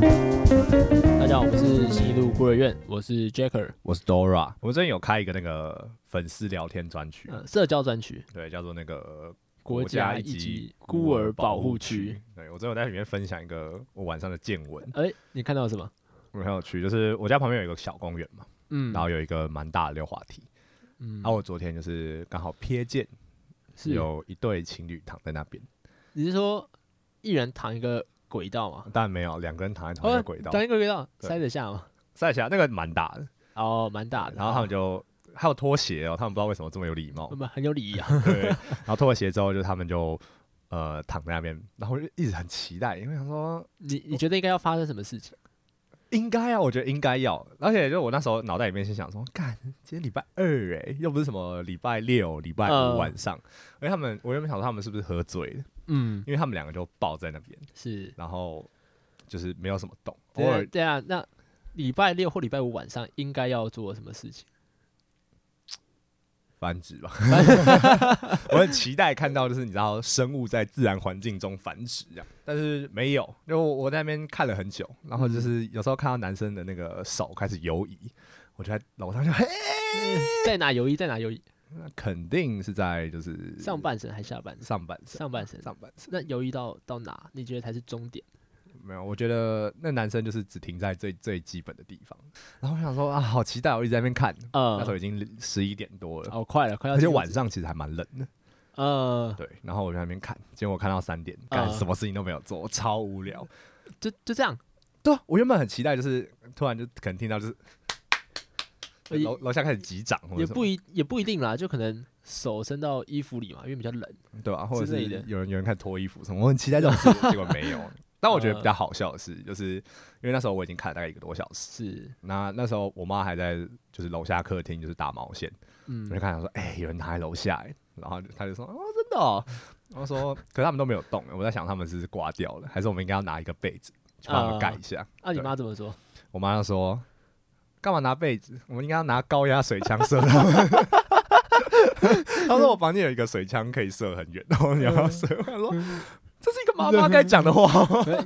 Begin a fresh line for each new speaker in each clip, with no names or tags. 大家好，我们是西路孤儿院，我是 Jacker，
我是 Dora，
我最近有开一个那个粉丝聊天专区，
呃，社交专区，
对，叫做那个
国家
家
一级
级
孤儿保护区。
对我最近有在里面分享一个我晚上的见闻，
哎、你看到什么？
我很有趣，就是我家旁边有一个小公园嘛，
嗯，
然后有一个蛮大的溜滑梯，
嗯
啊然后我昨天就是刚好瞥见
是
有一对情侣躺在那边，
你是说一人躺一个轨道吗？哦
但没有两个人躺在同一个轨道，
躺一个轨道
对
塞得下吗？
塞起来那个蛮大的，
哦，蛮大的，
然后他们
嗯
就还有拖鞋哦，他们不知道为什么这么有礼貌
我，们很有礼仪啊，
对，然后脱了鞋之后，就他们就呃躺在那边，然后我就一直很期待，因为想说
你你觉得应该要发生什么事情？
应该啊，我觉得应该要，而且就我那时候脑袋里面先想说，干，今天礼拜二哎、又不是什么礼拜六、礼拜
嗯
五晚上，而且他们我原本想说他们是不是喝醉了，
嗯，
因为他们两个就抱在那边，
是，
然后就是没有什么动，偶
对啊
尔
对啊，那礼拜六或礼拜五晚上应该要做什么事情？
繁殖吧。我很期待看到，就是你知道生物在自然环境中繁殖这样，但是没有。就我我在那边看了很久，然后就是有时候看到男生的那个手开始游移，我就在楼上就嘿，
在哪游移，在哪游移，
那肯定是在就是
上半身还是下半身？
上半身
上半身。
上半身
那游移到到哪？你觉得才是终点？
没有。我觉得那男生就是只停在最最基本的地方，然后我想说啊，好期待哦，我一直在那边看。那时候
呃，
已经十一点多了，
哦，快了，快要
而且
进入
晚上其实还蛮冷的。
呃，
对，然后我就在那边看，结果我看到三点，干
嗯
什么事情都没有做，超无聊。
就就这样，
对啊，我原本很期待，就是突然就可能听到就是
呃也
楼楼下开始击掌或者
也
什么
不一也不一定啦，就可能手伸到衣服里嘛，因为比较冷。
对吧、或者
之
是
类的
有人有人开始脱衣服什么，我很期待这种事，结果没有。 但我觉得比较
嗯
好笑的是，就是因为那时候我已经看了大概一个多小时，
是，
那那时候我妈还在就是楼下客厅就是打毛线，
嗯
我就，看她说，哎、有人躺在楼下、欸，然后她就说，哦，真的、哦，然后说，可是他们都没有动，欸我在想他们是不是挂掉了，还是我们应该要拿一个被子去帮他们盖一下。
啊，你
对
妈怎么 说？
我妈就说：“干嘛拿被子？我们应该要拿高压水枪射 他们。”她说：“我房间有一个水枪可以射很远，然后你要不要
嗯
射。”我想说：“这是一个妈妈该讲 的话。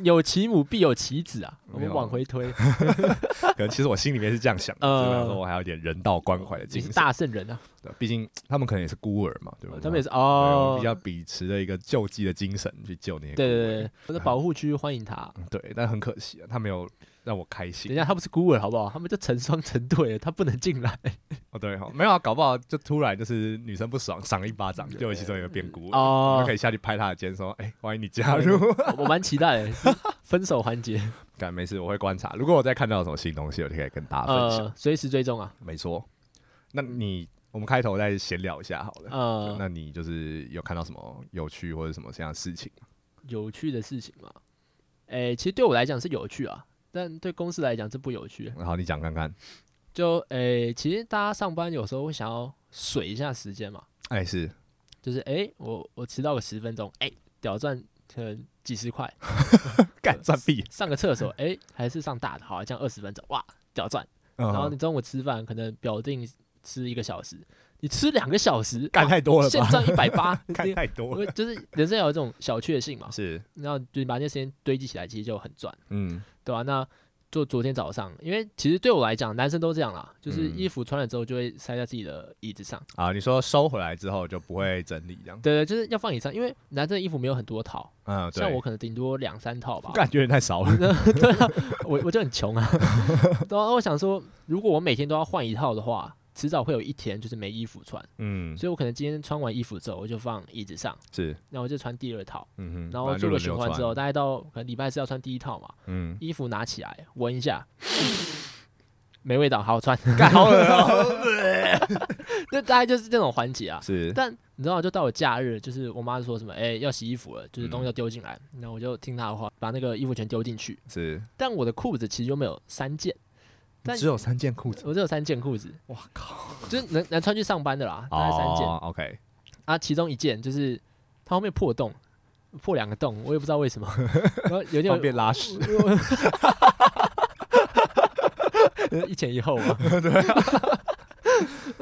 有其母必有其子啊，我
没
们
有
往回推，”
可能其实我心里面是这样想的，
呃
所以我想说我还有点人道关怀的
你
精
是
神。
大圣人啊，
对毕竟他们可能也是孤儿嘛，对吧？
他们也是
对
哦
我，比较秉持了一个救济的精神去救那些孤
对
儿。
对对，我
嗯
在保护区欢迎他。
对但很可惜啊，他没有让我开心。
等一下，他不是孤儿好不好？他们就成双成对了，他不能进来。
哦，对，好，没有啊，搞不好就突然就是女生不爽，赏一巴掌，就有其中一个变孤儿
哦
我们可以下去拍他的肩说，哎、欢迎你加入。
我蛮期待的 分手环节，
干没事，我会观察，如果我再看到什么新东西，我就可以跟大家分享。
呃，随时追踪啊，
没错，那你我们开头再闲聊一下好了。
呃，
那你就是有看到什么有趣或者什么这样的事情？
有趣的事情嘛。诶、其实对我来讲是有趣啊，但对公司来讲这不有趣。
然后你讲看看。
就诶、其实大家上班有时候会想要水一下时间嘛，
哎，是
就是诶、我我迟到个十分钟，诶、屌赚可能几十块，呃
干占地，
上个厕所，诶、还是上大的，好、啊，这样二十分钟，哇，屌赚。
然
然后你中午吃饭，可能表定吃一个小时，你吃两个小时，
干
哇
太多了
现
吧？
赚一百八，
干
对
太多
我
了。
就是人生有一种小确幸嘛，
是，
然后就把那些时间堆积起来，其实就很赚，
嗯，
对吧、那就昨天早上，因为其实对我来讲，男生都这样啦，就是
嗯
衣服穿了之后就会塞在自己的椅子上，
啊，你说收回来之后就不会整理这样？
对对，就是要放椅上，因为男生的衣服没有很多套，
嗯，对。
像我可能顶多两三套吧，
感觉有点太少了。
我我就很穷 啊，然后我想说，如果我每天都要换一套的话，迟早会有一天就是没衣服穿，
嗯，
所以我可能今天穿完衣服之后，我就放椅子上，
是，
然后我就穿第二套，
嗯哼，
然后
反正就
做个
轮流
循环之
穿
后，，大概到可能礼拜四要穿第一套嘛。
嗯，
衣服拿起来闻一下， 没味道，好穿。
干好恶 哦，
那大概就是这种环节啊。
是，
但你知道，就到了假日，就是我妈就说什么，哎、要洗衣服了，就是东西要丢进来。然后我就听她的话，把那个衣服全丢进去。
是，
但我的裤子其实又没有三件，但
只有三件裤子，
我只有三件裤子，
哇靠，哦
就是能能穿去上班的啦，大概三件、
o k
啊。其中一件就是它后面破洞，破两个洞，我也不知道 为什么，然后有点
方便拉屎，
啊
啊
一前一后嘛。对、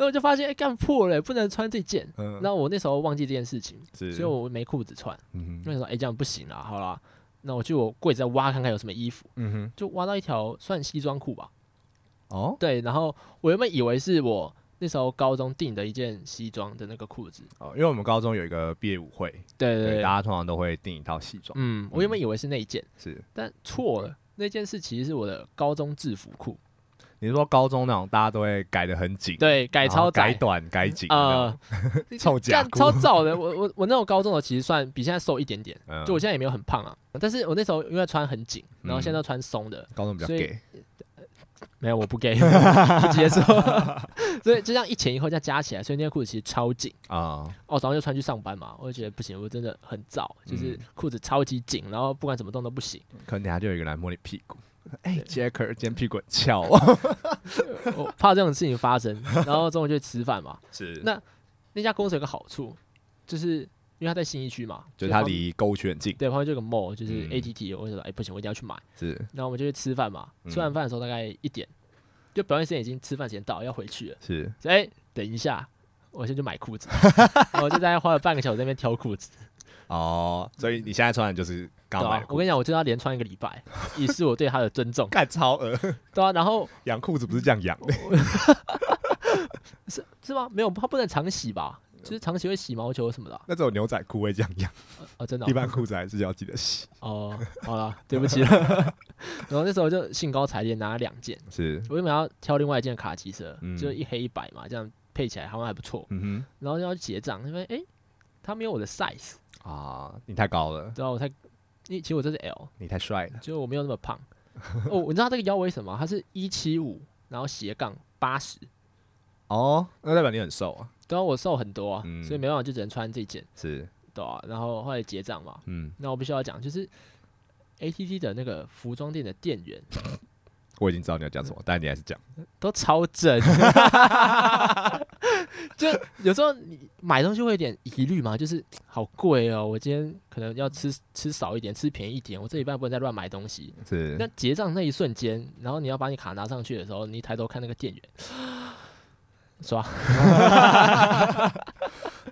后我就发现，哎、干破了，不能穿这件。
嗯，
那我那时候忘记这件事情，
是，
所以我没裤子穿。
嗯
那时
哼
候，哎、这样不行啊，好啦，那我去我柜子再挖看看有什么衣服，
嗯哼，
就挖到一条算西装裤吧。
哦
对，然后我原本以为是我那时候高中订的一件西装的那个裤子。
哦，因为我们高中有一个毕业舞会，
对
对，
对
大
对，
家通常都会订一套西装，
嗯，我原本以为是那一件，
是，
但错了。那件事其实是我的高中制服裤，
嗯你是说高中那种大家都会改的很紧，，
对，改超窄
改，短改 紧，
呃，
臭甲
干
骨
超早的。我我我那种高中的其实算比现在瘦一点点，
嗯
就我现在也没有很胖啊，但是我那时候因为穿很紧，然后现
嗯
在都穿松的，
高中比较
所以
gay，
没有我 不 gay，不接受， 所以就这样一前一后这样加起来，所以那件裤子其实超紧。
啊，
哦，早上就穿去上班嘛，我就觉得不行，我真的很燥，就是
嗯
裤子超级紧，然后不管怎么动都不行。
可能等下就有一个人来摸你屁股。哎，Jacker，今天 屁股很翘哦。
我怕这种事情发生，然后中午就去吃饭嘛。
是
那那家公司有个好处，就是因为它在信义区嘛，所
就
以
是它
旁
离购物区很近。
对旁边就有个 mall，就是
嗯
ATT，、我就说哎不行，我一定要去买。
是
然后我们就去吃饭嘛，
嗯
吃完饭的时候大概一点，就表演时间已经吃饭时间到要回去了，
是，
所以哎、等一下，我先去买 裤子，然后我就大概花了半个小时在那边挑裤子，
哦，所以你现在穿的就是刚
对
买
啊
的，
我
裤子。
跟你讲，我就要连穿一个礼拜，以示我对他的尊重，
干超额，
对啊，然后
养裤子不是这样养的。
是是吗？没有，他不能常洗吧？就是常洗会洗毛球什么的啊、
那种牛仔裤会这样养，
哦，真的
一
哦、
般裤子还是要记得洗。
哦，好了，对不起了。 然后那时候就兴高采烈拿了两件，
是，
我原本要挑另外一件卡其色，
嗯
就一黑一白嘛，这样配起来好像还不错。
嗯
然后就要去结账，因为哎，他没有我的 size，
哼，啊，你太高了，
对啊，我才，因为其实我这是 L，
你太帅了。
就我没有那么胖。哦，我知道这个腰围什么，它是一七五，然后斜杠八十，
哦，那代表你很瘦啊。
对啊，我瘦很多啊，
嗯
所以没办法，就只能穿这件，
是，
对啊。然后后来结账嘛，
嗯，
那我必须要讲，就是 ATT 的那个服装店的店员
我已经知道你要讲什么，但你还是讲。
都超正， 就有时候你买东西会有点疑虑嘛，就是好贵哦，我今天可能要
嗯
吃吃少一点，吃便宜一点，我这一半不能再乱买东西。
是
那结账那一瞬间，然后你要把你卡拿上去的时候，你一抬头看那个店员，刷，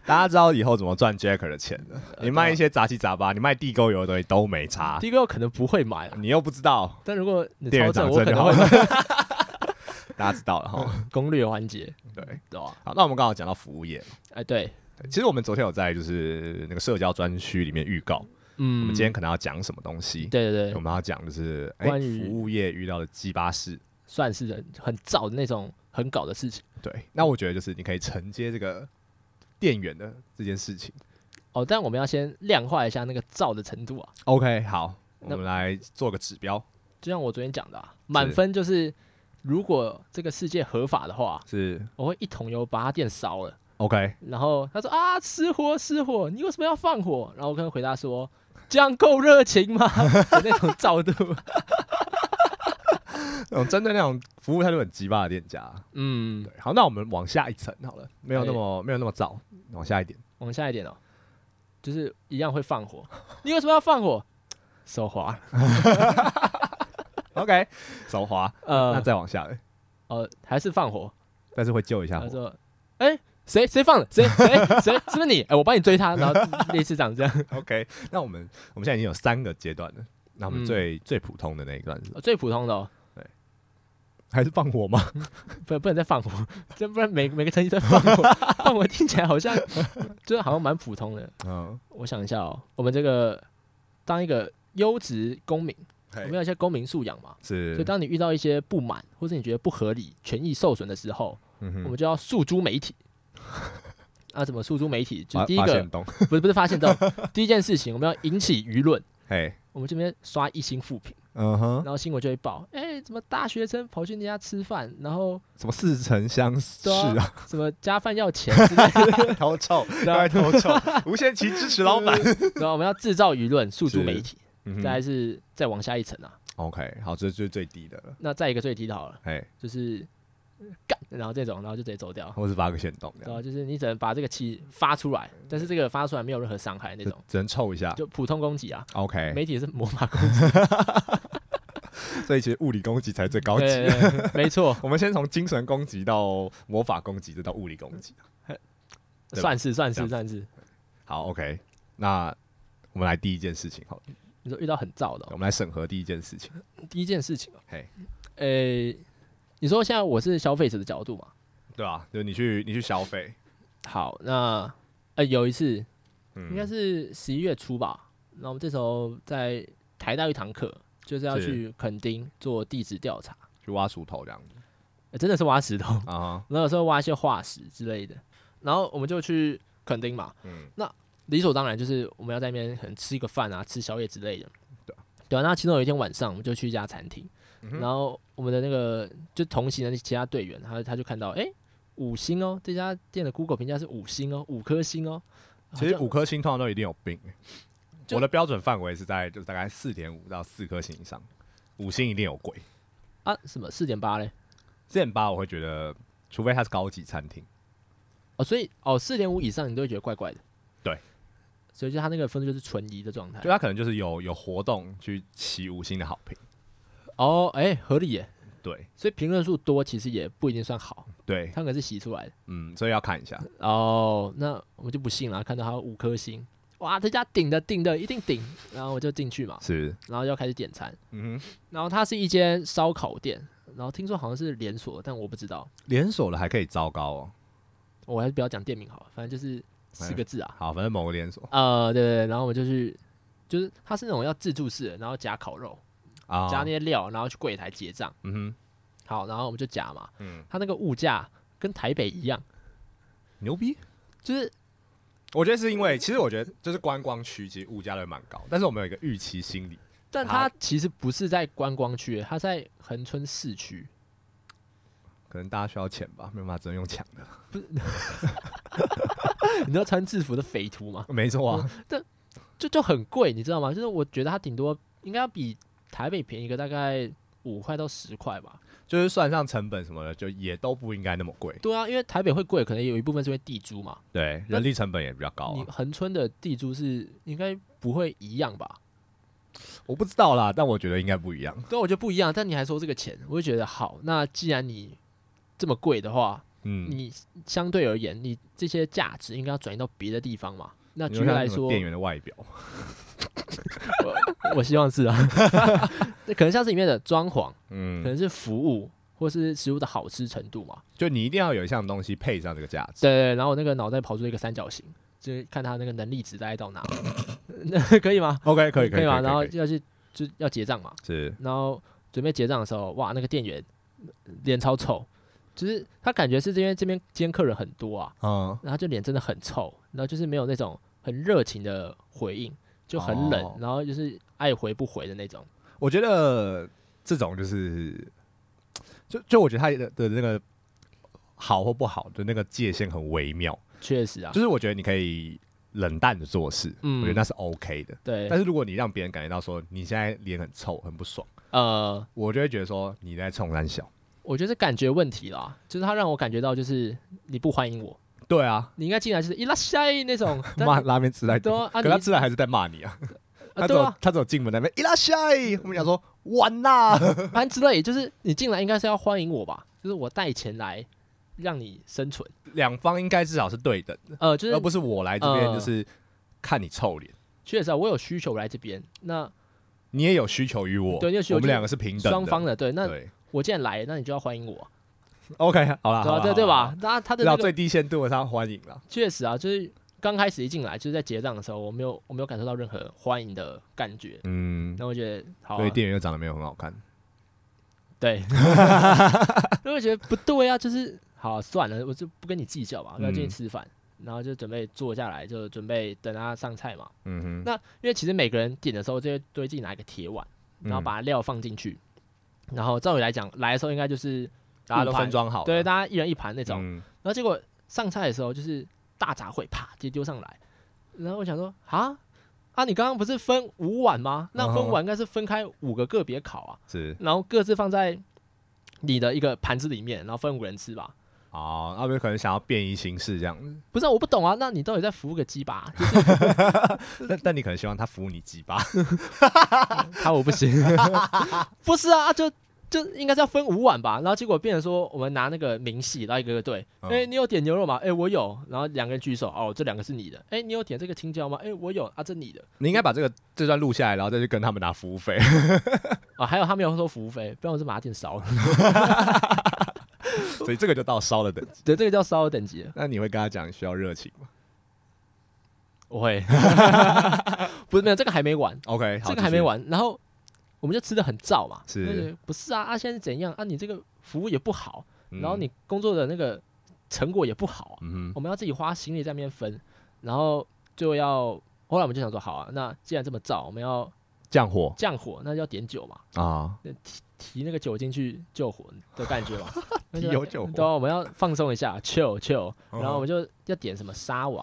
大家知道以后怎么赚 Jacker 的钱了。你卖一些杂七杂八，你卖地沟油的东西都没差，
第一个我可能不会买啦，啊
你又不知道，
但如果你
啊店
超
员
正，
长
我可
真哦就
能
好
会
了。大家知道了哈，
攻略环节，
对。
对吧？
好，那我们刚好讲到服务业嘛，
哎，对，
对其实我们昨天有在就是那个社交专区里面预告，
嗯，
我们今天可能要讲什么东西。
对对
我
对，
们要讲就是哎、
关于
服务业遇到的鸡巴事。
算是很很燥的那种很搞的事情。
对，那我觉得就是你可以承接这个店员的这件事情。
哦，但我们要先量化一下那个燥的程度啊。
OK，好，我
那
们来做个指标，
就像我昨天讲的、啊，满分就是如果这个世界合法的话，
是
我会一桶油把他店烧了。
OK，
然后他说啊，失火失火，你为什么要放火？然后我跟他回答说，这样够热情吗？的那种燥度。
那种针对那种服务态度很鸡巴的店家。
嗯，
对，好，那我们往下一层好了，没有那么、
哎
没有那么早，往下一点。
往下一点哦，就是一样会放火，你为什么要放火？手滑，
OK，手滑，那
呃
再往下，
呃，还是放火。
但是会救一下
他
火。
说，哎、谁谁放的？谁谁谁？ 是不是你？哎、我帮你追他，然后类似长这样。
OK，那我们我们现在已经有三个阶段了，那我们
嗯
最、最普通的那一段是什么
呃最普通的、哦，
还是放火吗？
不不能再放火，这不然每每个成绩在放 火，放火听起来好像就是好像蛮普通的。
嗯，
我想一下哦，我们这个当一个优质公民，我
哎
们要一些公民素养嘛。所以
是，
当你遇到一些不满或者你觉得不合理、权益受损的时候，
嗯
我
哼
们就要诉诸媒 体。啊，怎么诉诸媒体？就
发
是第一
发
个
现洞，
不是不是发现到第一件事情，我们要引起舆论。
嘿，
我们这边刷一星负评，
嗯哼，
然后新闻就会报，哎、怎么大学生跑去人家吃饭，然后
什么似曾相识
对啊
啊，
什么加饭要钱之类的，
偷臭，
对啊
来偷臭，无限期支持 老板。
然后嗯啊我们要制造舆论，诉诸媒体，
嗯哼
再来是再往下一层啊。
OK，好，这就是最低的了，
那再一个最低的好了，
哎，
就是干，然后这种，然后就直接走掉。
或是发个现洞这
然
样，
后就是你只能把这个气发出来，但是这个发出来没有任何伤害那
只
种，
只能臭一下。哎
就普通攻击啊。
OK，
媒体是魔法攻击，
所以其实物理攻击才最高级。
对，对对 没错，
我们先从精神攻击到魔法攻击，再到物理攻击。 对吧啊
算是算
这
是
样子
算是。
好，OK，那我们来第一件事情，好了，
你说遇到很燥的
我
哦、
们来审核第一件事情。
第一件事情哦、
嘿，
诶、你说现在我是消费者的角度嘛？
对啊，就是你去你去消费，
好，那呃有一次
嗯
应该是十一月初吧，那我们这时候在台大一堂课，就是要
是
去垦丁做地质调查、
去挖锄头这样子
呃真的是挖石头，
啊哈，
然后有时候挖一些化石之类的，然后我们就去垦丁嘛，
嗯，
理所当然就是我们要在那边可能吃个饭啊、吃宵夜之类的。
对
对啊，那其中有一天晚上，我们就去一家餐厅，
嗯哼
然后我们的那个就同行的其他队员，他他就看到，哎、五星哦，这家店的 Google 评价是五星哦，五颗星哦。
其
好
实
像
五颗星通常都一定有病。欸
就
我的标准范围是在就是大概四点五到四颗星以上，五星一定有鬼。
啊什么四点八嘞？
四点八我会觉得，除非它是高级餐厅，
哦，所以哦四点五以上你都会觉得怪怪的。
对，
所以就他那个分数就是存疑的状态
就。它可能就是有有活动去起五星的好评。
哦，哎、合理耶。
对
所以评论数多其实也不一定算好，
对
他，可能是洗出来的。
嗯，所以要看一下。
哦，那我就不信了，看到他有五颗星，哇，这家顶的顶的一定顶，然后我就进去嘛，
是，
然后就开始点餐，
嗯哼，
然后它是一间烧烤店，然后听说好像是连锁，但我不知道，
连锁的还可以糟糕哦。
我还是不要讲店名好了，反正就是四个字啊，
好，反正某个连锁
呃，对对对，然后我们就去，就是它是那种要自助式的，然后夹烤肉，
啊，
夹那些料，然后去柜台结账，
嗯
好，然后我们就夹嘛，
哼，嗯，
它那个物价跟台北一样，
牛逼。
就是
我觉得是因为，其实我觉得就是观光区其实物价都蛮高，但是我们有一个预期心理。
但
好
它其实不是在观光区，它在恒春市区。
可能大家需要钱吧，没有办法，只能用抢的。
你知道穿制服的匪徒吗？
没错啊，
就就很贵，你知道吗？就是我觉得它顶多应该要比台北便宜个大概五块到十块吧。
就是算上成本什么的，就也都不应该那么贵。
对啊，因为台北会贵，可能有一部分是因为地租嘛。
对，人力成本也比较高、
你
啊。
恒春的地租是应该不会一样吧？
我不知道啦，但我觉得应该不一样。
对，啊我觉得不一样。但你还说这个钱，我就觉得好。那既然你这么贵的话，
嗯，
你相对而言，你这些价值应该要转移到别的地方嘛？那
你
举
说
例
像
来
什么
说，
店员的外表，
我希望是 啊，那可能像是里面的装潢，可
嗯，
能是服务，或是食物的好吃程度嘛。
就你一定要有一项东西配上这个价值。
对对，然后我那个脑袋跑出一个三角形，就是看他那个能力值大概到哪， 那可以吗？
OK，可以，可以，
吗？
可以
然后
可以
要去就要结账嘛，
是
然后准备结账的时候，哇，那个店员脸超臭，就是他感觉是因为这边今天客人很多啊，
嗯，
然后就脸真的很臭，然后就是没有那种很热情的回应，就很冷，
哦
然后就是爱回不回的那种。
我觉得这种就是，就就我觉得他的的那个好或不好的那个界限很微妙，
确实啊，
就是我觉得你可以冷淡的做事，
嗯
我觉得那是 OK 的。
对
但，是如果你让别人感觉到说你现在脸很臭、很不爽，
呃，
我就会觉得说你在冲三小。
我觉得是感觉问题啦，就是他让我感觉到就是你不欢迎我，
对啊，
你应该进来就是伊拉西那 种，但
骂拉面吃太
对
多，
啊啊
可他
你
吃来还是在骂你啊。
啊
他
对
走
啊，
他走进门那边伊拉西，我们讲说完啦，
反正之类，就是你进来应该是要欢迎我吧，就是我带钱来让你生存，
两方应该至少是对等的，
呃，就是
而不是我来这边
呃
就是看你臭脸。
确实啊，我有需求来这边，那
你也有需求于我，
对你有需求
我们
就是
两个是平等的，
双方的对，那
对
我既然来，那你就要欢迎我，
OK，好
对
啦，啊好
吧？
啦
对对？
好
吧
啦？
那他的
至
那
少
个
最低限度上欢迎了，
确实啊，就是刚开始一进来就是在结账的时候，我没有我没有感受到任何欢迎的感觉，
嗯，
那我觉得好啊
对，店员又长得没有很好看，
对， 因为我觉得不对啊，就是好算了，我就不跟你计较吧，我要进去
嗯
吃饭，然后就准备坐下来，就准备等他上菜嘛。
嗯哼，
那因为其实每个人点的时候，就会都会自己拿一个铁碗，然后
嗯
把料放进去，然后照理来讲，来的时候应该就是
大家都
五盘
分装好了，
对，大家一人一盘那种，
嗯
然后结果上菜的时候就是大杂烩，啪直接丢上来，然后我想说啊。啊，你刚刚不是分五碗吗？那
嗯
分
哼
碗应该是分开五个个别烤啊。
是
然后各自放在你的一个盘子里面，然后分五个人吃吧。
哦，那边可能想要变异形式这样子，
不是啊、我不懂啊，那你到底在服务个鸡巴？啊就是
但但你可能希望他服务你鸡巴，
他我不行， 不是啊，就就应该是要分五碗吧。然后结果变成说，我们拿那个明细，然后一个个对，哎、
嗯
你有点牛肉吗？哎、我有。然后两个人举手，哦，这两个是你的。哎、你有点这个青椒吗？哎、我有啊，这你的。
你应该把这个这段录下来，然后再去跟他们拿服 务费。
啊，还有他没有收服务费，不然我就把他店烧了。
所以这个就到烧的等级。
对，这个叫烧的等级了。
那你会跟他讲需要热情吗
我 会， 不是没有这个还没完，
？OK，好
这个还没。
继续
完。然后我们就吃的很燥嘛，
是
就是不是啊？啊，现在是怎样啊？你这个服务也不好，
嗯
然后你工作的那个成果也不好啊。
嗯哼
我们要自己花心力在那边分，然后就要后来我们就想说，好啊，那既然这么燥，我们要
降火
降火，那就要点酒嘛，
啊，，
提那个酒精去救火的感觉嘛 那
提
就
油救火
对啊，我们要放松一下，chill chill，然后我
嗯
们就要点什么沙瓦，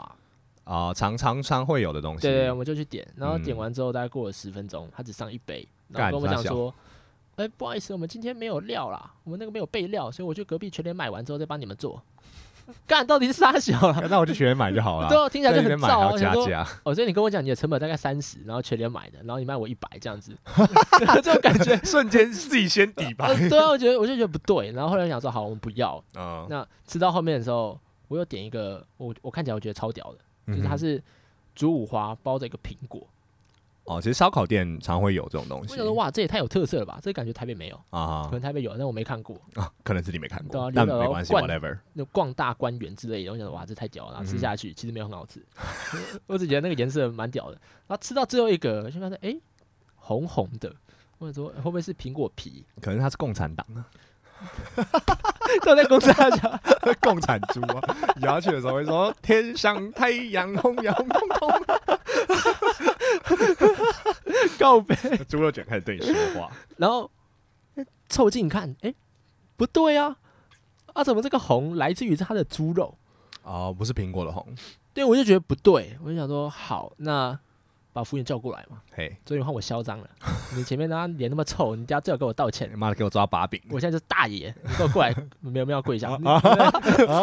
啊，常常常会有的东西。
对对，我们就去点，然后点
嗯
完之后大概过了十分钟，他只上一杯，然
干
后跟我们
傻
讲
小
说。哎、不好意思，我们今天没有料啦，我们那个没有备料，所以我去隔壁全联买完之后再帮你们做。 干，到底是啥小 啦？
那我就学员买就好了。
对啊，听起来
在
就
那
很
边买
燥啊！
还要
我想
加
说
价，
哦，所以你跟我讲你的成本大概三十，然后全联买的，然后你卖我一百这样子，这种感觉，
瞬间自己先底吧
呃 对啊，我觉得我就觉得不对，然后后来我想说好，我们不要。
嗯，
那吃到后面的时候，我又点一个，我我看起来我觉得超屌的，就是它
嗯哼
是煮五花包着一个苹果，
哦，其实烧烤店常会有这种东
我
西
想说哇，这也太有特色了吧，这感觉台北没有，
啊
可，能台北有，但我没看过。
啊可能是你没看
对
过
啊，
但
你
没
老
关系
灌
，whatever。
那逛大观园之类的，我想说哇，这太屌了，然后
嗯
吃
哼
下去、其实没有很好吃， 我只觉得那个颜色蛮屌的。然后吃到最后一个，就发现诶，红红的，或者说会不会是苹果 皮？
可能他是共产党 啊，
都在公司大家，
共产猪啊。摇去的时候会说：“天上太阳红扬通通。
告白，”
猪肉卷开始对你说话，
然后呃凑近看，哎、不对啊，啊，怎么这个红来自于它的猪肉？
哦，不是苹果的红，
对，我就觉得不对，我就想说，好，那把服务员叫过来嘛。
嘿，
终于换我嚣张了，你前面他脸那么臭，你家最好给我道歉。
妈的，给我抓把柄！
我现在就是大爷，你给我过来，没有没有跪下， 没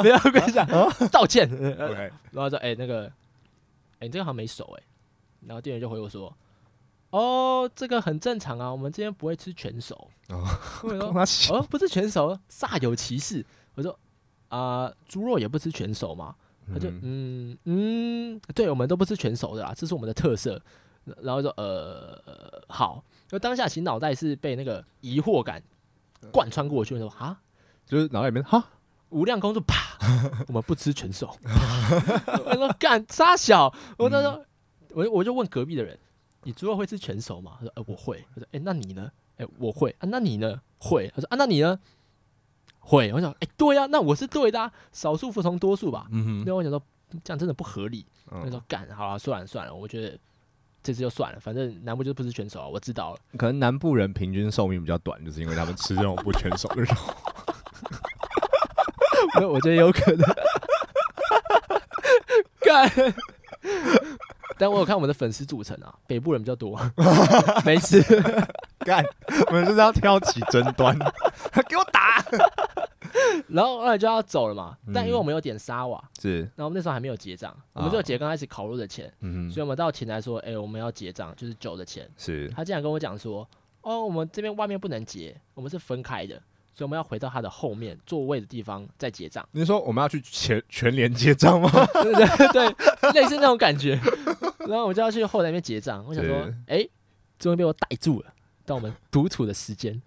有要跪下，道歉。呃
OK，
然后说，哎、那个，哎、你这个好像没手哎、然后店员就回我说，哦，这个很正常啊，我们这边不会吃全熟。
哦
我说，
他小
哦，不是全熟，煞有其事。我说啊、猪肉也不吃全熟嘛？他就嗯嗯，对，我们都不吃全熟的啦，啊这是我们的特色。然后就说呃好，就当下其实脑袋是被那个疑惑感贯穿过去，我说啊，
就是脑袋里面哈，
无量工作啪， 我们不吃全 熟。啪我说干傻小，我那时候我我就问隔壁的人，你猪肉会吃全熟吗？他说，哎、我会。我说，哎、那你呢？哎、我会。啊，那你呢？会。他说，啊，那你呢？会。我想，哎、对呀、那我是对的、啊，少数服从多数吧。
嗯
那我想说，这样真的不合理。
哼
他说，干，好了，算了算了，我觉得这次就算了，反正南部就是不吃全熟啊，我知道了。
可能南部人平均寿命比较短，就是因为他们吃这种不全熟的 肉。
没有，我觉得有可能。干。但我有看我们的粉丝组成啊，北部人比较 多，没事。
干，我们就是要挑起争端， 给我打！
然后后来就要走了嘛，但因为
嗯
我们有点沙瓦，
是，
然后我们那时候还没有结账，我们就有结刚开始烤肉的钱，
啊嗯
所以
哼，
我们到前台说，哎、我们要结账，就是酒的钱。
是。
他竟然跟我讲说，哦，我们这边外面不能结，我们是分开的，所以我们要回到他的后面座位的地方再结账
你说我们要去全全联结账吗？
对 对对，类似那种感觉。 然后我就要去后台那边结账，我想说
是，
哎、终于被我逮住了，到我们独处的时间，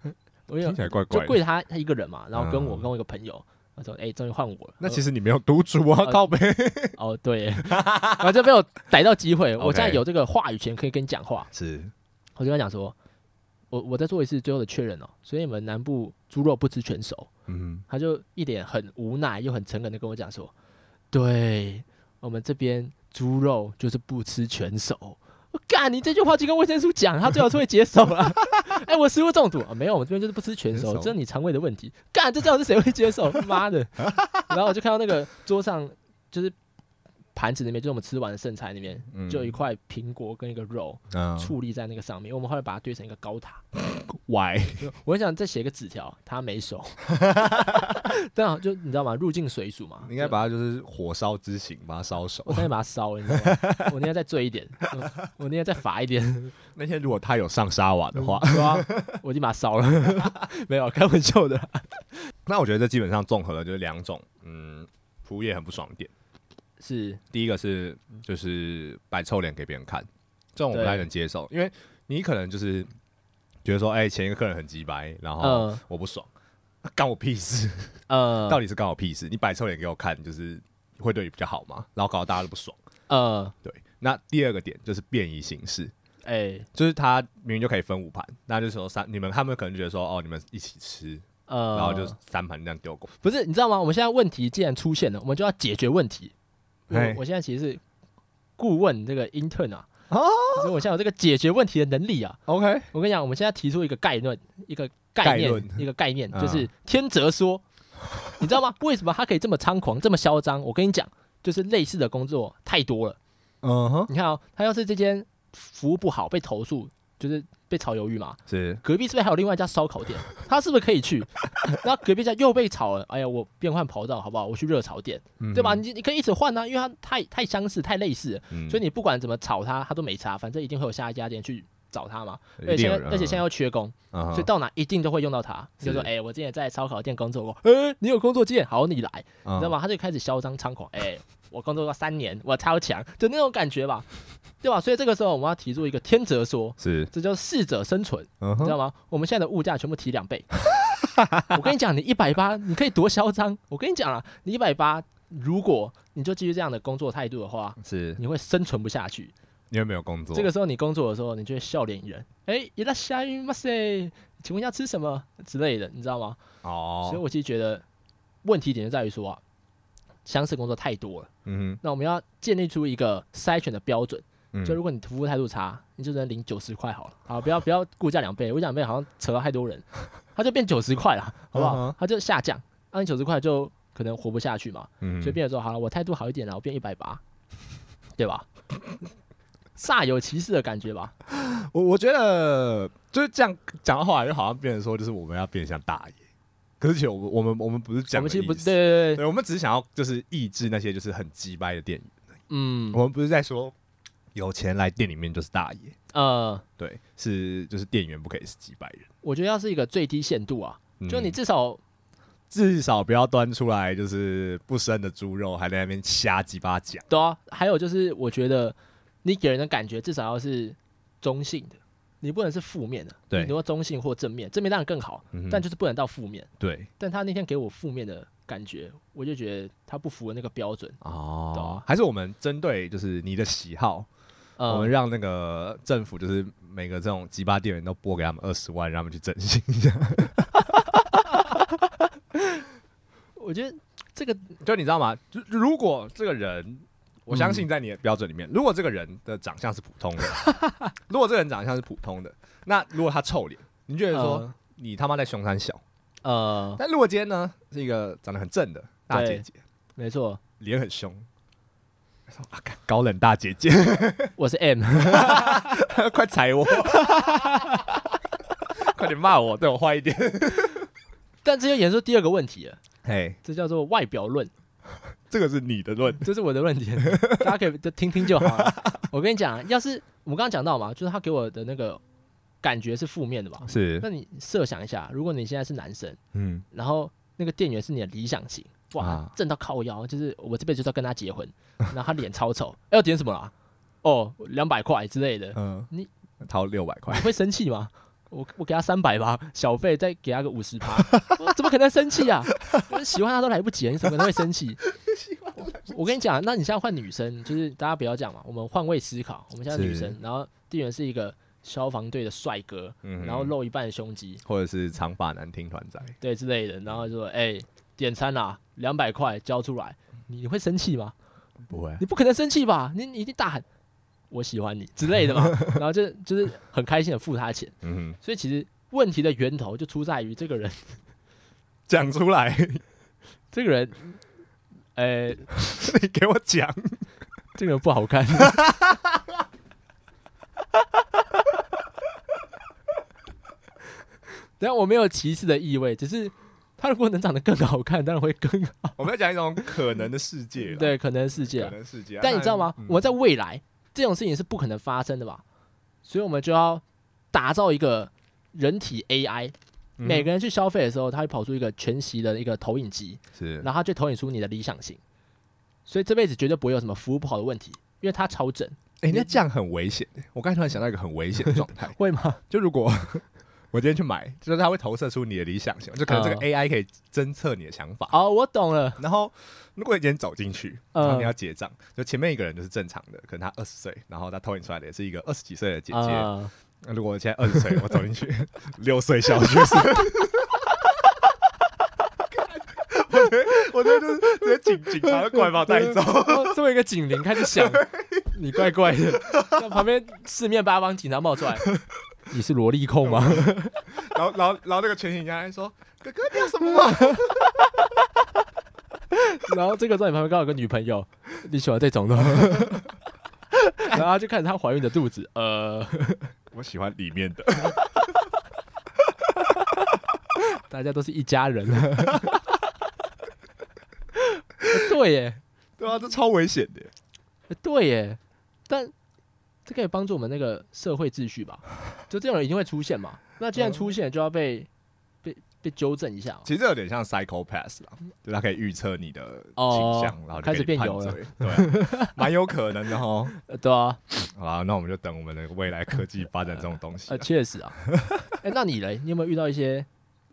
我有
听起来怪
就
怪的。
跪他他一个人嘛，然后跟我、
嗯
跟我一个朋友，我说，哎、终于换我了。
那
我
其实你没有独处啊，
呃
靠背。
哦，对， 然后就被我逮到机会，我现在
OK
有这个话语权可以跟你讲话，
是，
我就跟他讲说，我我再做一次最后的确认哦，所以你们南部猪肉不吃全熟，
嗯
他就一脸很无奈又很诚恳的跟我讲说，对我们这边猪肉就是不吃全熟。我干，你这句话就跟卫生署讲，他最好是会解手 了。哎、我食物中毒啊，没有，我们这边就是不吃全
全
熟，
熟
这是你肠胃的问题。干，这最好是谁会接受？妈的！然后我就看到那个桌上就是盘子里面，就是我们吃完的剩菜里面，
嗯
就有一块苹果跟一个肉
嗯
矗立在那个上面。我们后来把它堆成一个高塔，
，why？
我很想再写个纸条，他没 手。 但好就你知道吗？入境水煮嘛，
你应该把它就是火烧之刑，把它烧熟
我。差点把它烧了，你知道吗？ 我那天再醉一点，嗯我那天再罚一点，
那天如果他有上沙瓦的话，
对啊，我已经把它烧了， 没有开玩笑的。
那我觉得这基本上综合了就是两种，嗯，服务业很不爽的点。
是
第一个是就是摆臭脸给别人看，这种我不太能接受，因为你可能就是觉得说，哎、前一个客人很鸡掰，然后
嗯
我不爽，干我屁事， 到
呃
底是干我屁事？你摆臭脸给我看，就是会对你比较好吗？然后搞到大家都不爽。
呃，
对，那第二个点就是便宜行事，
哎
就是他明明就可以分五盘，那就是说三你们他们可能觉得说，哦，你们一起吃，
呃，
然后就三盘这样丢过去。
不是你知道吗？我们现在问题既然出现了，我们就要解决问题。我
嘿
我现在其实是顾问这个 intern 啊，所以我现在有这个解决问题的能力啊。
OK，
我跟你讲，我们现在提出一个概论，一个概
概
念，
论
一个概念，
嗯
就是天择说， 你知道吗？为什么他可以这么猖狂，这么嚣张？我跟你讲，就是类似的工作太多了。
嗯哼，
你看哦，他要是这间服务不好被投诉，就是被炒鱿鱼嘛。
是
隔壁是不是还有另外一家烧烤店？ 他是不是可以去？然后隔壁家又被炒了，哎呀，我变换跑道好不好？我去热炒店，对吧？？你你可以一直换啊，因为它太太相似、太类似了，
嗯
所以你不管怎么炒它，它都没差，反正一定会有下一家店去找它嘛。
一
而且
定
现
有
在而
人
且现在又缺工，
嗯哼
所以到哪一定都会用到它。
是
就说，哎、我之前在烧烤店工作过， 哎、你有工作经验，好，你来，
嗯
你知道吗？他就开始嚣张猖狂，哎、我工作过三年，我超强， 就那种感觉吧，对吧？所以这个时候我们要提出一个天择说，
是，
这叫适者生存，
嗯
你知
哼，
道吗？我们现在的物价全部提两倍。我跟你讲，你一百八，你可以多嚣张。我跟你讲啊，你一百八，如果你就继续这样的工作态度的话，
是
你会生存不下去。
你有没有工作？
这个时候你工作的时候，你就会笑脸迎人，哎，伊拉下雨吗塞？请问要吃什么之类的，你知道吗？所以
哦，
我其实觉得问题点就在于说啊，相似工作太多了，
嗯
那我们要建立出一个筛选的标准。
哼，
就如果你服务态度差，你就只能领九十块好了，好不要不要估价两倍，估价两倍好像扯到太多 人，它就变九十块了，好不
嗯
好
哼？
它就下降，按你九十块就可能活不下去嘛，
嗯
所以变成说好了，我态度好一点啊了，我变一百八，对吧？煞有其事的感觉吧，
我我觉得就是这样讲到后来，就好像变成说，就是我们要变得像大爷。可是其实我们我们我们不是
我
讲
们
的意思，
其实不对对对对，
对，我们只是想要就是抑制那些就是很鸡掰的店员。
嗯
我们不是在说有钱来店里面就是大爷，
呃，
对，是就是店员不可以是几百人，
我觉得要是一个最低限度啊，就你
嗯
至少
至少不要端出来就是不生的猪肉，还在那边瞎鸡巴讲。
对啊，还有就是，我觉得你给人的感觉至少要是中性的，你不能是负面的。
对
你如果中性或正面，正面当然更好，
嗯哼
但就是不能到负面。
对
但他那天给我负面的感觉，我就觉得他不符合那个标准。懂
哦，还是我们针对就是你的喜好，
呃
我们让那个政府就是每个这种鸡巴店员都拨给他们二十万，让他们去整形一下。
我觉得这个
就你知道吗？就如果这个人，我相
嗯
信在你的标准里面，如果这个人的长相是普通的， 如果这个人长相是普通的，那如果他臭脸，你就觉得说、
嗯
你他妈在凶三小。
呃，
但如果今天呢是一个长得很正的大姐姐，
没错，
脸很凶，说啊干高冷大姐姐，
我是 M，
快踩我， 快点骂我，对我坏一点。
但这就衍生出第二个问题了，
嘿，
这叫做外表论，
这个是你的论，
这是我的论点，大家可以就听听就好了。我跟你讲，啊要是我们刚刚讲到嘛，就是他给我的那个感觉是负面的吧？
是
那你设想一下，如果你现在是男生，
嗯
然后那个店员是你的理想型，哇
啊，
正到靠腰，就是我这辈子就是要跟他结婚，然后他脸超丑， 哎要点什么啦？哦，两百块之类 的，
嗯，
你
掏六百块
你，会生气吗？我我给他三百吧，小费再给他个五十趴， 我怎么可能生气啊？我喜欢他都来不及了，啊你怎么可能会生 气？我我跟你讲，啊那你现在换女生，就是大家不要讲嘛，我们换位思考，我们现在女
是
生，然后店员是一个消防队的帅哥，
嗯
然后露一半的胸肌，
或者是长发男听团仔。
对之类的，然后就说：“哎、点餐啦、啊，两百块交出来。”你会生气吗？
不会
你不可能生气吧？你你一定大喊“我喜欢你”之类 的嘛，然后就就是很开心的付他钱。
嗯，
所以其实问题的源头就出在于这个人，
讲出来，
这个人，呃、
你给我讲，
这个不好看。 等下我没有歧视的意味，只是它如果能长得更好看，当然会更好。
我们要讲一种可能的世界啦，
对，可能世界
可。能世界啊。
但你知道吗？
嗯
我们在未来这种事情是不可能发生的吧？所以我们就要打造一个人体 AI，、
嗯
每个人去消费的时候，它会跑出一个全息的一个投影机，
是
然后它就投影出你的理想型。所以这辈子绝对不会有什么服务不好的问题，因为它超整，，
哎、那这样很危险。欸我刚才突然想到一个很危险的状态
会吗？
就如果我今天去买，就是它会投射出你的理想型，就可能这个
嗯
AI 可以侦测你的想法。
哦，我懂了，
然后，如果你今天走进去，
嗯
然后你要结账，就前面一个人就是正常的，可能他二十岁，然后他投影出来的也是一个二十几岁的姐姐。
啊
那如果我现在二十岁，我走进去，六岁小学生。我觉得，我觉得就是直接警警察就过来把我带走。
哦作为一个警铃开始 响，你怪怪的，那旁边四面八方警察冒出来，你是萝莉控吗？
然后，然后，然后那个全警察还说：“哥哥，你有什么、啊
然后这个时候你旁边刚好有个女朋友，你喜欢这 种的吗，然后他就看着她怀孕的肚子，呃，？”
我喜欢里面的。
大家都是一家 人。对耶，
对啊，这超危险的。
对耶，但这可以帮助我们那个社会秩序吧？就这种人一定会出现嘛？那既然出现，就要被被被纠正一下嘛。
其实这有点像 psycho pass 啦，就它可以预测你的
哦
倾向，然后就
开始
给
变
你判
油了
罪，对啊，蛮有可能的哦。
呃 对啊，
好啦，那我们就等我们的未来科技发展这种东西
呃，。确实啊。哎、那你嘞？你有没有遇到一些？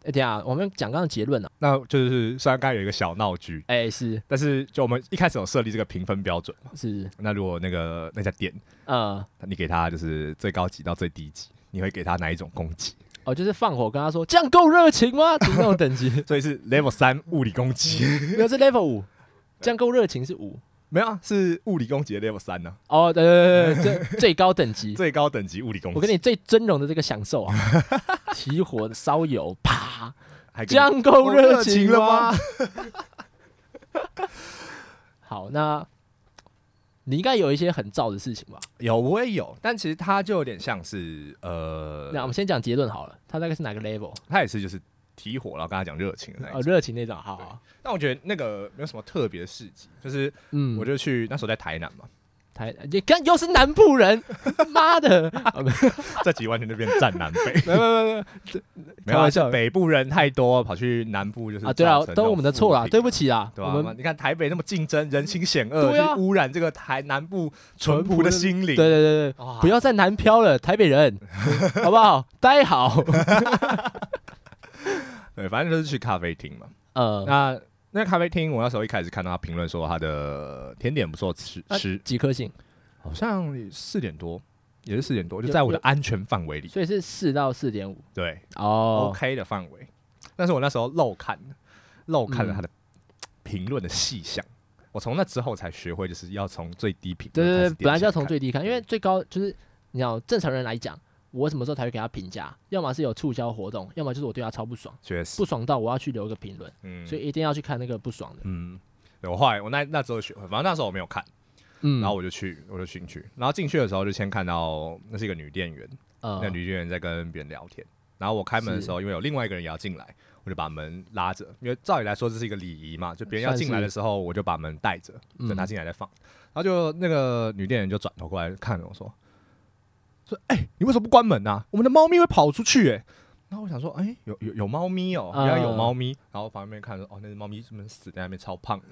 哎、等一下，我们讲刚刚的结论啊。
那就是虽然刚才有一个小闹剧，
哎、是
但是就我们一开始有设立这个评分标准嘛，
是，
那如果那个那家店，
呃，
你给他就是最高级到最低级，你会给他哪一种攻击？
哦，就是放火跟他说这样够热情吗？就是那种等级。
所以是 level 三物理攻击，
没有是 level 五，这样够热情是五。
没有啊，是物理攻击的 level 三呢，
哦，对对对对， 最最高等级。
最高等级物理攻击。
我给你最尊荣的这个享受啊， 起火烧油，啪，
还给
这
你
样够热
情
情
了吗？？
好，那你应该有一些很燥的事情吧？
有，我也有，但其实它就有点像是呃，
那我们先讲结论好了，它大概是哪个 level？
它也是就是提火，然后跟他讲热情的那
哦，
一种。
热情那种，好好，
但我觉得那个没有什么特别的事迹，就是
嗯，
我就去那时候在台南嘛，
台你看又是南部人，妈的，
这集完全就变站南北，
没有没有没有
没有
开
啊
玩笑
是北部人太多，跑去南部就是
啊，对啊
造成，
都我们的错啦，
这
对
种负评
不。起啊，
对吧、
我们
你看台北那么竞争，人心险恶，
对啊
去污染这个台南部淳朴的心
对
灵。
对对对，
哇
不要再南漂了，台北人，好不好？待好。
对，反正就是去咖啡厅嘛。
呃，
那那咖啡厅，我那时候一开始看到他评论说他的甜点不错吃，
啊
吃
几颗星，
好像四点多，也是四点多，就
有
在我的
有
安全范围里，
所以是四到四点五
对、
哦。
o k 的范围。但是我那时候漏看了，漏看了他的评论的细项。我从那之后才学会，就是要从最低评
对
论开
对
始
对，
点
本来
起
就要从
看嗯
最低看，因为最高就是你要正常人来讲，我什么时候才会给他评价？要么是有促销活动，要么就是我对他超不爽，
确实
不，爽到我要去留个评论，
嗯
所以一定要去看那个不爽的。
嗯，对我后来我那那之后学会，反正那时候我没有看，
嗯，
然后我就去，我就进去，然后进去的时候就先看到那是一个女店员，
呃
那，女店员在跟别人聊天。然后我开门的时候，因为有另外一个人也要进来，我就把门拉着，因为照理来说这是一个礼仪嘛，就别人要
算是
进来的时候，我就把门带着，
嗯
等他进来再放。然后就那个女店员就转头过来看着我说：“说哎、你为什么不关门啊？我们的猫咪会跑出去哎、然后我想说，哎、有有有猫咪哦、
嗯
原来有猫咪。然后旁边看说，哦，那只猫咪是不是死在那边超胖的，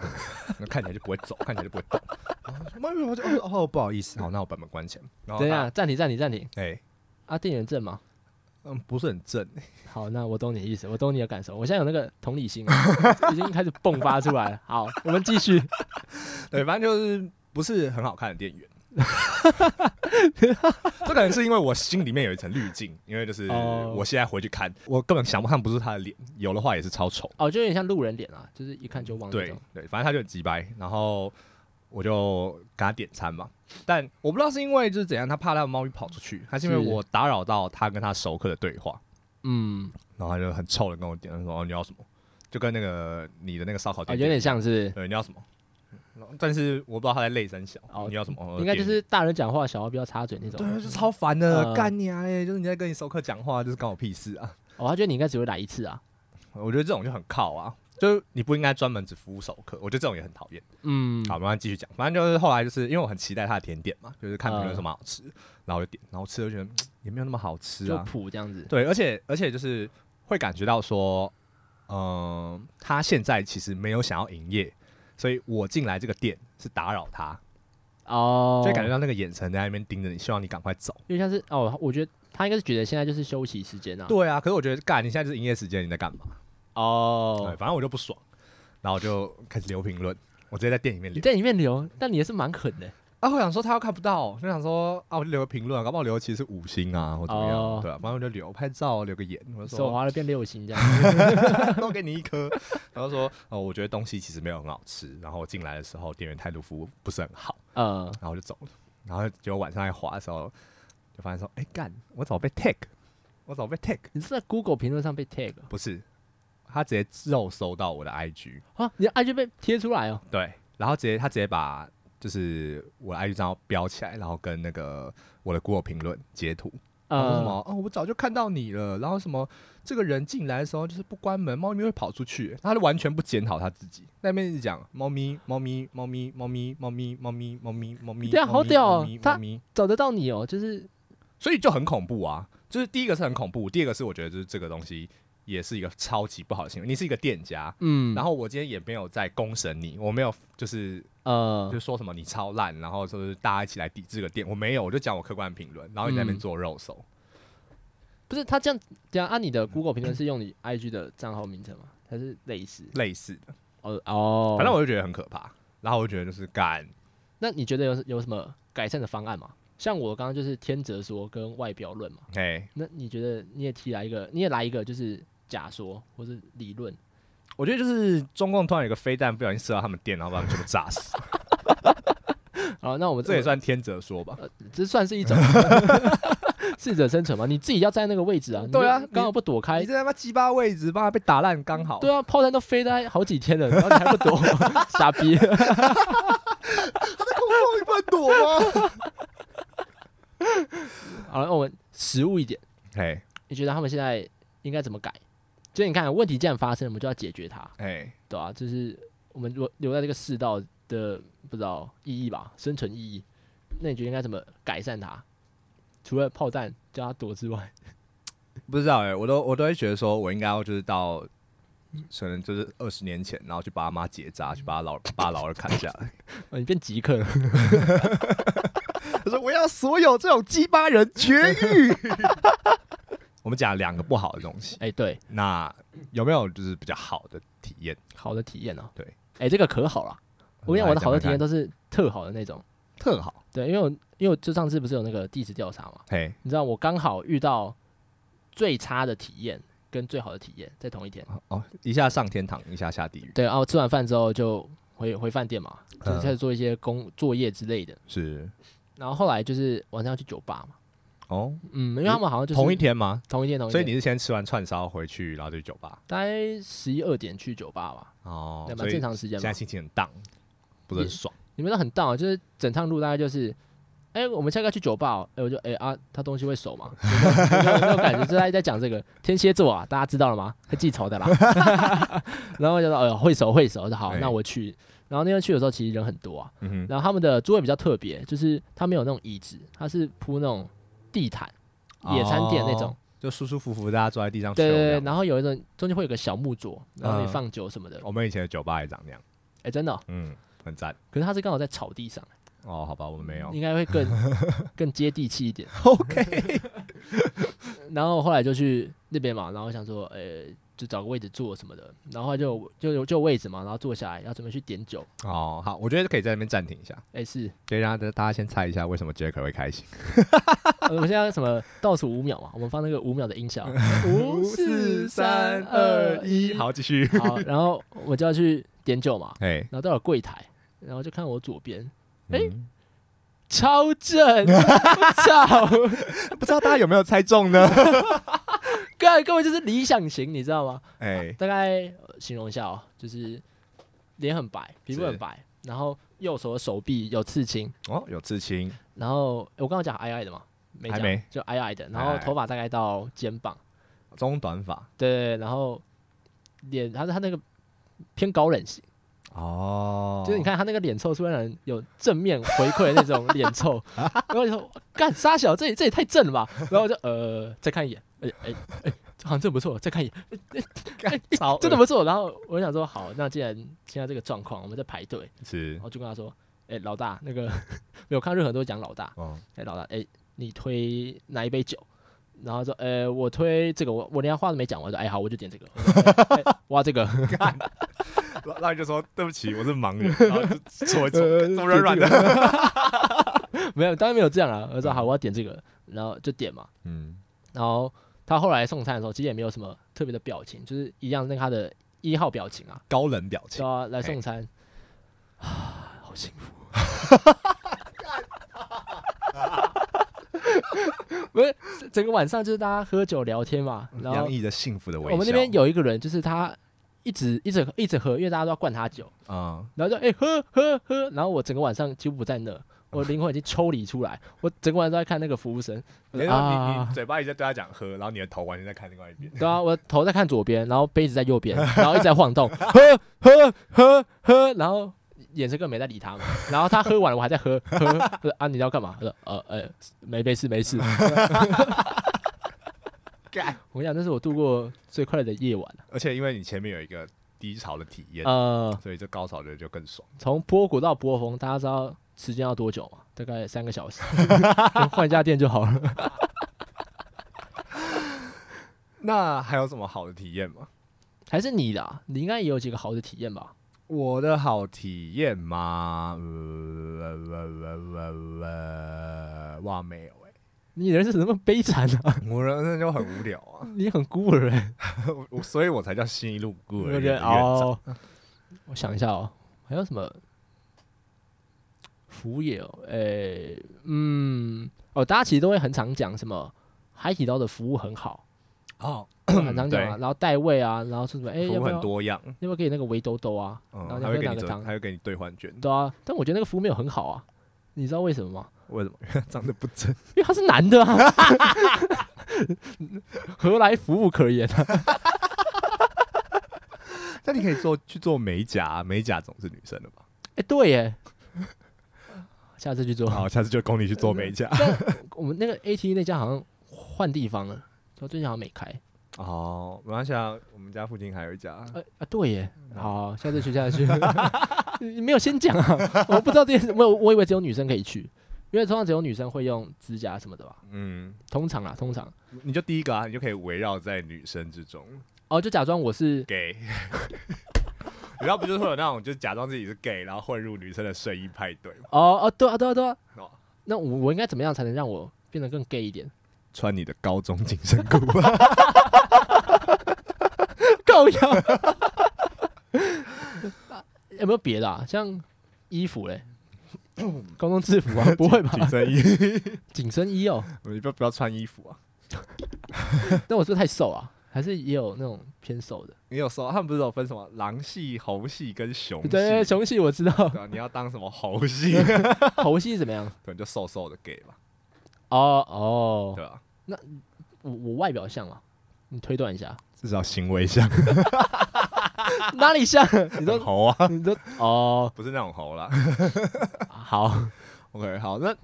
那看起来就不会走，看起来就不会动。然后说猫咪会跑出去，哦哦，不好意思，好，那我把门关起来。然后
等一
他
下，暂停暂停暂停
哎、
啊，店员证吗？
嗯，不是很正。
好，那我懂你的意思，我懂你的感受，我现在有那个同理心了， 已经开始迸发出来了。好，我们继续。
对，反正就是不是很好看的店员。这可能是因为我心里面有一层滤镜，因为就是
哦
我现在回去看，我根本想不看不是他的脸，有的话也是超丑。
哦，就有点像路人脸啊，就是一看就忘那
对
种。
对，反正他就很鸡掰，然后我就给他点餐嘛。但我不知道是因为就是怎样，他怕他的猫咪跑出去，还是因为
是
我打扰到他跟他熟客的对话，
嗯，
然后他就很臭的跟我点，他说、哦、你要什么，就跟那个你的那个烧烤
啊，
店、
有点像是
对，你要什么？嗯但是我不知道他在累三小
哦，
你要什么？呃
应该就是大人讲话，小孩不要插嘴那种。
对，啊就超烦
呃
的，干你啊！哎，就是你在跟你熟客讲话，就是关我屁事啊！
哦，他觉得你应该只会来一次啊。
我觉得这种就很靠啊，就是你不应该专门只服务熟客，我觉得这种也很讨厌。
嗯，
好，慢慢继续讲。反正就是后来就是因为我很期待他的甜点嘛，就是看评
嗯
论有什么好吃，然后我就点，然后吃了就觉得嗯也没有那么好吃
就
啊。
谱这样子。
对，而且而且就是会感觉到说，嗯、他现在其实没有想要营业，所以我进来这个店是打扰他，
哦，
就会感觉到那个眼神在那边盯着你，希望你赶快走。
因为像是哦，我觉得他应该是觉得现在就是休息时间啊。
对啊，可是我觉得干，你现在就是营业时间，你在干嘛？对，
哦，
反正我就不爽，然后我就开始留评论，我直接在店里面
你
留。
在里面留，但你也是蛮狠的。
啊，我想说他又看不到，就想说啊，我就留个评论，搞不好留的其实是五星啊，或怎么样，
哦
对啊，反正我就留拍照，留个言，我就
手
说
滑了变六星这样。
都给你一颗，然后说哦，我觉得东西其实没有很好吃，然后我进来的时候店员态度服务不是很好，
呃，
然后我就走了，然后结果晚上在滑的时候，就发现说，哎、干，我早被 tag，我早被 tag，
你是在 Google 评论上被 tag 了
不是，他直接肉搜到我的 IG，
啊？你的 IG 被贴出来哦。
对，然后直接他直接把就是我的 IG 账号标起来，然后跟那个我的 Google 评论截图，然后什
呃，
么哦，我早就看到你了，然后什么这个人进来的时候就是不关门，猫咪会跑出去，他就完全不检讨他自己，那边一直讲猫咪猫咪猫咪猫咪猫咪猫咪猫咪猫咪，
对啊
猫
好
咪
屌哦
猫咪
他
猫咪，
找得到你哦，就是
所以就很恐怖啊，就是第一个是很恐怖，第二个是我觉得就是这个东西也是一个超级不好的行为，你是一个店家。
嗯，
然
后
后我今天也没有在公审你，我没有就是
呃
就，说什么你超烂，然后就是大家一起来抵制个店，我没有，我就讲我客观评论，然后你在那边
嗯
做肉搜，
不是他这样这样按你的 Google 评论是用你 IG 的账号名称吗？还是类似？
类似的，
哦哦，
反正我就觉得很可怕，然后我就觉得就是干，
那你觉得有有什么改善的方案吗？像我刚刚就是天择说跟外表论嘛，
嘿，
那你觉得你也提来一个，你也来一个就是假说或是理论，
我觉得就是中共突然有一个飞弹不小心射到他们店，然后把他们全部炸死，
啊，那我们
这也算天择说吧？
这算是一 种适者生存嘛？你自己要在那个位置啊，你
对啊
就刚好不躲开
你，这他妈鸡巴位置，帮他被打烂刚好，
哎对啊，炮弹都飞在好几天了，然后你还不躲， 傻逼！
你不能
啊
躲吗？
好了，那我们实物一点，
嘿，
你觉得他们现在应该怎么改？就你看，问题既然发生，我们就要解决它，
嘿，
对啊，就是我们如果留在这个世道的不知道意义吧，生存意义，那你觉得应该怎么改善它？除了炮弹叫它躲之外，
不知道哎、我都我都会觉得说我应该要就是到。可能就是二十年前，然后去把他妈结扎，去把他老把他老二砍下来。
呃你变极客了，
他说：“我要所有这种鸡巴人绝育。” 我们讲两个不好的东西，
哎、对，
那有没有就是比较好的体验？
好的体验啊，
对，
哎、这个可好了，我跟你讲，我的好的体验都是特好的那种，
特好。
对，因为我因为我就上次不是有那个地质调查嘛，
嘿，
你知道我刚好遇到最差的体验跟最好的体验在同一天，
哦，一下上天堂，一下下地狱，
对，然后吃完饭之后就回回饭店嘛，
嗯
就是开始做一些工作业之类的，
是
然后后来就是晚上要去酒吧嘛，
哦，
嗯，因为他们好像就是
同一天吗？
同一天同一天，
所以你是先吃完串烧回去，然后就去酒吧
大概十一二点去酒吧吧，
哦
对，蛮
所以
正常时间
现
嘛
在。心情很荡，不是很爽。
你们都很荡啊，就是整趟路大概就是，哎、我们下个去酒吧、哦，哎、我就哎、啊，他东西会熟嘛，有 没有有没有感觉？就在在讲这个天蝎座啊，大家知道了吗？会记仇的啦。 然后我就说，哎、呦，会熟会熟，我说好，
哎
那我去。然后那天去的时候，其实人很多啊。
嗯哼，
然后他们的座位比较特别，就是他没有那种椅子，他是铺那种地毯，野餐垫那种
哦。就舒舒服服，大家坐在地上
对对对，
chill 这样
然后有一种中间会有个小木桌，然后你
嗯
放酒什么的。哎、
我们以前的酒吧也长那样，
真的哦、
嗯，很赞。
可是它是刚好在草地上，
哦，好吧，我们没有。
应该会更 更接地气一点。
OK，
然后后来就去那边嘛，然后想说，呃、就找个位置坐什么的。然后后来就就有就有位置嘛，然后坐下来要准备去点酒。
哦，好，我觉得可以在那边暂停一下，
哎、是，
可以让大家先猜一下为什么杰克会开心。
呃我们现在什么倒数五秒嘛，我们放那个五秒的音 效， 五
一，好，继续。
好，然后我就要去点酒嘛，
哎，
然后到了柜台，然后就看我左边哎
嗯
超 正，操，
不知道大家有没有猜中呢？
根根本就是理想型，你知道吗？
哎，
大概、呃形容一下哦，就是脸很白，皮肤很白，然后右手的手臂有刺青，
哦，有刺青，
然后诶我刚刚讲矮矮的嘛，没
还
讲，
没哎
就矮矮的，然
矮
后
矮
头发大概到肩膀，
中短发
对对，对然后脸，他他那个偏高冷型，
哦
就是你，看他那个脸臭，是会让人有正面回馈的那种脸 臭，然后你说干傻小，这也这也太正了吧，然后我就呃再看一眼，哎哎哎，好像真不错，再看一眼，
干超
真的不错，然后我想说好，那既然现在这个状况，我们在排队，
是
然后就跟他说，哎、老大，那个 没有看任何人都讲老大，
哦，
哎、老大，哎、你推哪一杯酒？然后说，呃、我推这个，我我连话都没讲完，说，哎、好，我就点这个， 我说哎哎哇，这个，
然后你就说对不起，我是盲 人，然后就搓一搓，
呃
怎么软软的？
没有，当然没有这样啊。我说好，我要点这个，然后就点嘛。
嗯，
然后他后来送餐的时候，其实也没有什么特别的表情，就是一样那个他的一号表情啊，
高冷表
叫
情，
他来送 餐，啊，好幸福。 不是整个晚上就是大家喝酒聊天嘛，然后
嗯洋溢着幸福的微笑。
我们那边有一个人，就是他一直一直一直喝，因为大家都要灌他酒，
啊，
然后就哎、欸喝喝喝，然后我整个晚上几乎不在那，我灵魂已经抽离出来，我整个晚上都在看那个服务生
等于说你
啊
你，嘴巴一直在对他讲喝，然后你的头完全在看另外一边。
对啊，我头在看左边，然后杯子在右边，然后一直在晃动，喝喝喝喝，然后。眼神根本没在理他嘛，然后他喝完了，我还在喝喝，我说啊，你要干嘛？他说呃呃，没没事没事。
干，
我跟你讲，这是我度过最快乐的夜晚。
而且因为你前面有一个低潮的体验，
呃，
所以这高潮的就更爽。
从波谷到波峰，大家知道时间要多久吗？大概三个小时，换一家店就好了。
那还有什么好的体验吗？
还是你的啊、你应该也有几个好的体验吧？
我的好体验吗？呃呃呃呃哇，没有哎、
你人生怎么那么悲惨啊？
我人生就很无聊 啊，
你很孤儿哎、
我我所以我才叫新一路孤儿
我
院
觉得
的院长。
哦，我想一下哦，还有什么服务业哦？诶、嗯，哦，大家其实都会很常讲什么海底捞的服务很好，
哦，
很常讲啊，然后带位啊，然后说什么哎、
服
要
务
不要
很多样，
要不要给你那个围兜兜啊？然后
嗯，
要不
还会
要
给
拿
你
个
折
汤
还？会给你兑换券，
对啊，但我觉得那个服务没有很好啊，你知道为什么吗？
为什么？ 因为长得不正，
因为他是男的 啊，何来服务可言啊？
那你可以做去做美 甲，啊美甲总是女生的吧？
哎、对耶，下次去做。
好，下次就供你去做美甲。
但我们那个 AT 那家好像换地方了，就最近好像没开。
哦，没关系啊，我们家附近还有一家，
呃啊，对耶，好，下次去，下次去。你 没有先讲啊，我不知道这件事，我我以为只有女生可以去，因为通常只有女生会用指甲什么的吧，
嗯，
通常啦，啊通常。
你就第一个啊，你就可以围绕在女生之中
哦，就假装我是
gay。然后不就是会有那种，就是假装自己是 gay，然后混入女生的睡衣派对嘛？
哦哦，对啊对啊对啊
哦，
那我我应该怎么样才能让我变得更 gay 一点？
穿你的高中紧身裤吧，
够用。 有没有别的啊？像衣服嘞，高中制服啊？不 会吧？
紧身衣，
紧身衣哦。
你不要不要穿衣服啊！
那我是不是太瘦啊？还是也有那种偏瘦的？
你有说他们不是有分什么狼系、猴系跟熊系？
对，雄系我知道，
对啊，你要当什么猴 系？
猴系怎么样？
可能就瘦瘦的 gay 吧，
哦哦，
对啊吧、
我我外表像啊，你推断一 下
至少行为像
哪里像？你都
猴啊，
你都哦
不是那种猴啦。
好，
OK，好，那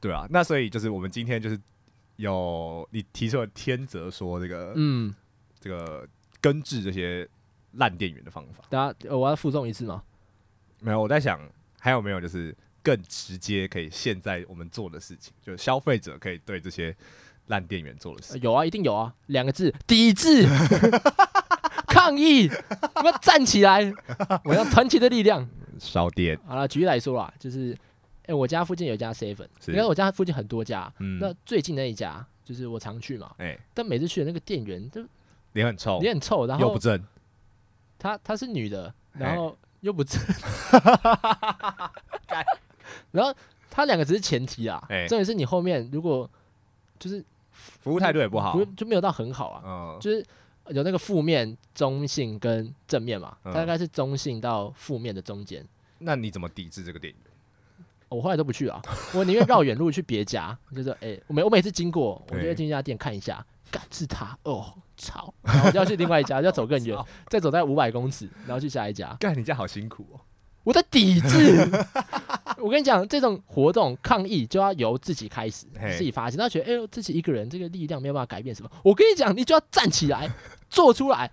对啊，那所以就是我们今天就是有你提出了天择说这个、
嗯，
这个根治这些烂店员的方法，
大家呃我要附送一次吗？
没有？我在想还有没有就是更直接可以现在我们做的事情，就是消费者可以对这些烂店员做的事
呃。有啊，一定有啊，两个字：抵 制、抗议，我要站起来，我要团结的力量。
烧店，
好了，举例来说啦，就是，哎、我家附近有一家 seven，
是
你看我家附近很多家，
嗯，
那最近那一家就是我常去嘛，
哎、
但每次去的那个店员就
脸很臭，
脸很臭，然
哦又不
后
正，
她她是女的，
哎
然后又不 正，然后他两个只是前提啊，
哎
重点是你后面如果就是
服务态度也不好
不，就没有到很好啊，
嗯，
就是有那个负面、中性跟正面嘛，
嗯
大概是中性到负面的中间。
那你怎么抵制这个电影院？
我后来都不去啊，我宁愿绕远路去别 家，就是哎、我每我每次经过，我
哎
就会进一家店看一下，干是他哦，操，然后我就要去另外一家，就要走更 远，再走在五百公尺，然后去下一家。
干，你这样好辛苦哦。
我的抵制， 我跟你讲，这种活动抗议就要由自己开始
嘿，
自己发起。他觉得哎呦，自己一个人这个力量没有办法改变什么，我跟你讲，你就要站起来，做出来。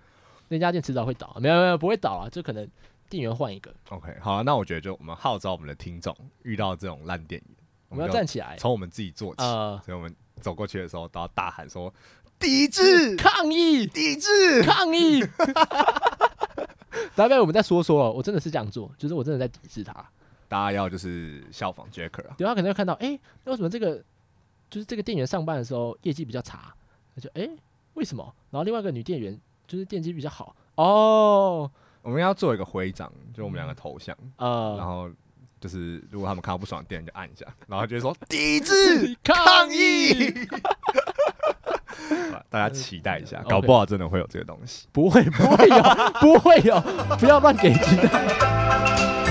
那家店迟早会倒，没有没有不会倒啊，就可能店员换一个，
OK，好、啊，那我觉得就我们号召我们的听众，遇到这种烂电影，
我们要
就
站起来，
从我们自己做起。
呃，
所以我们走过去的时候都要大喊说：“抵制，
抗议。
抵制
抗议。 大家我们再说说，我真的是这样做，就是我真的在抵制他。！”
大家要就是效仿 Jacker 啊，
对，他可能会看到，哎、那为什么这个就是这个店员上班的时候业绩比较差？他就哎、诶为什么？然后另外一个女店员就是店绩比较好哦，
我们要做一个徽章，就我们两
嗯
个头像，然
呃，
后就是如果他们看到不爽的店就按一下，然后就 会说抵制
抗
抗
议嗯
议。好吧 大家期待一下，
OK
搞不好真的会有这个东西。
不会，不会有，不会有，不要乱给鸡蛋。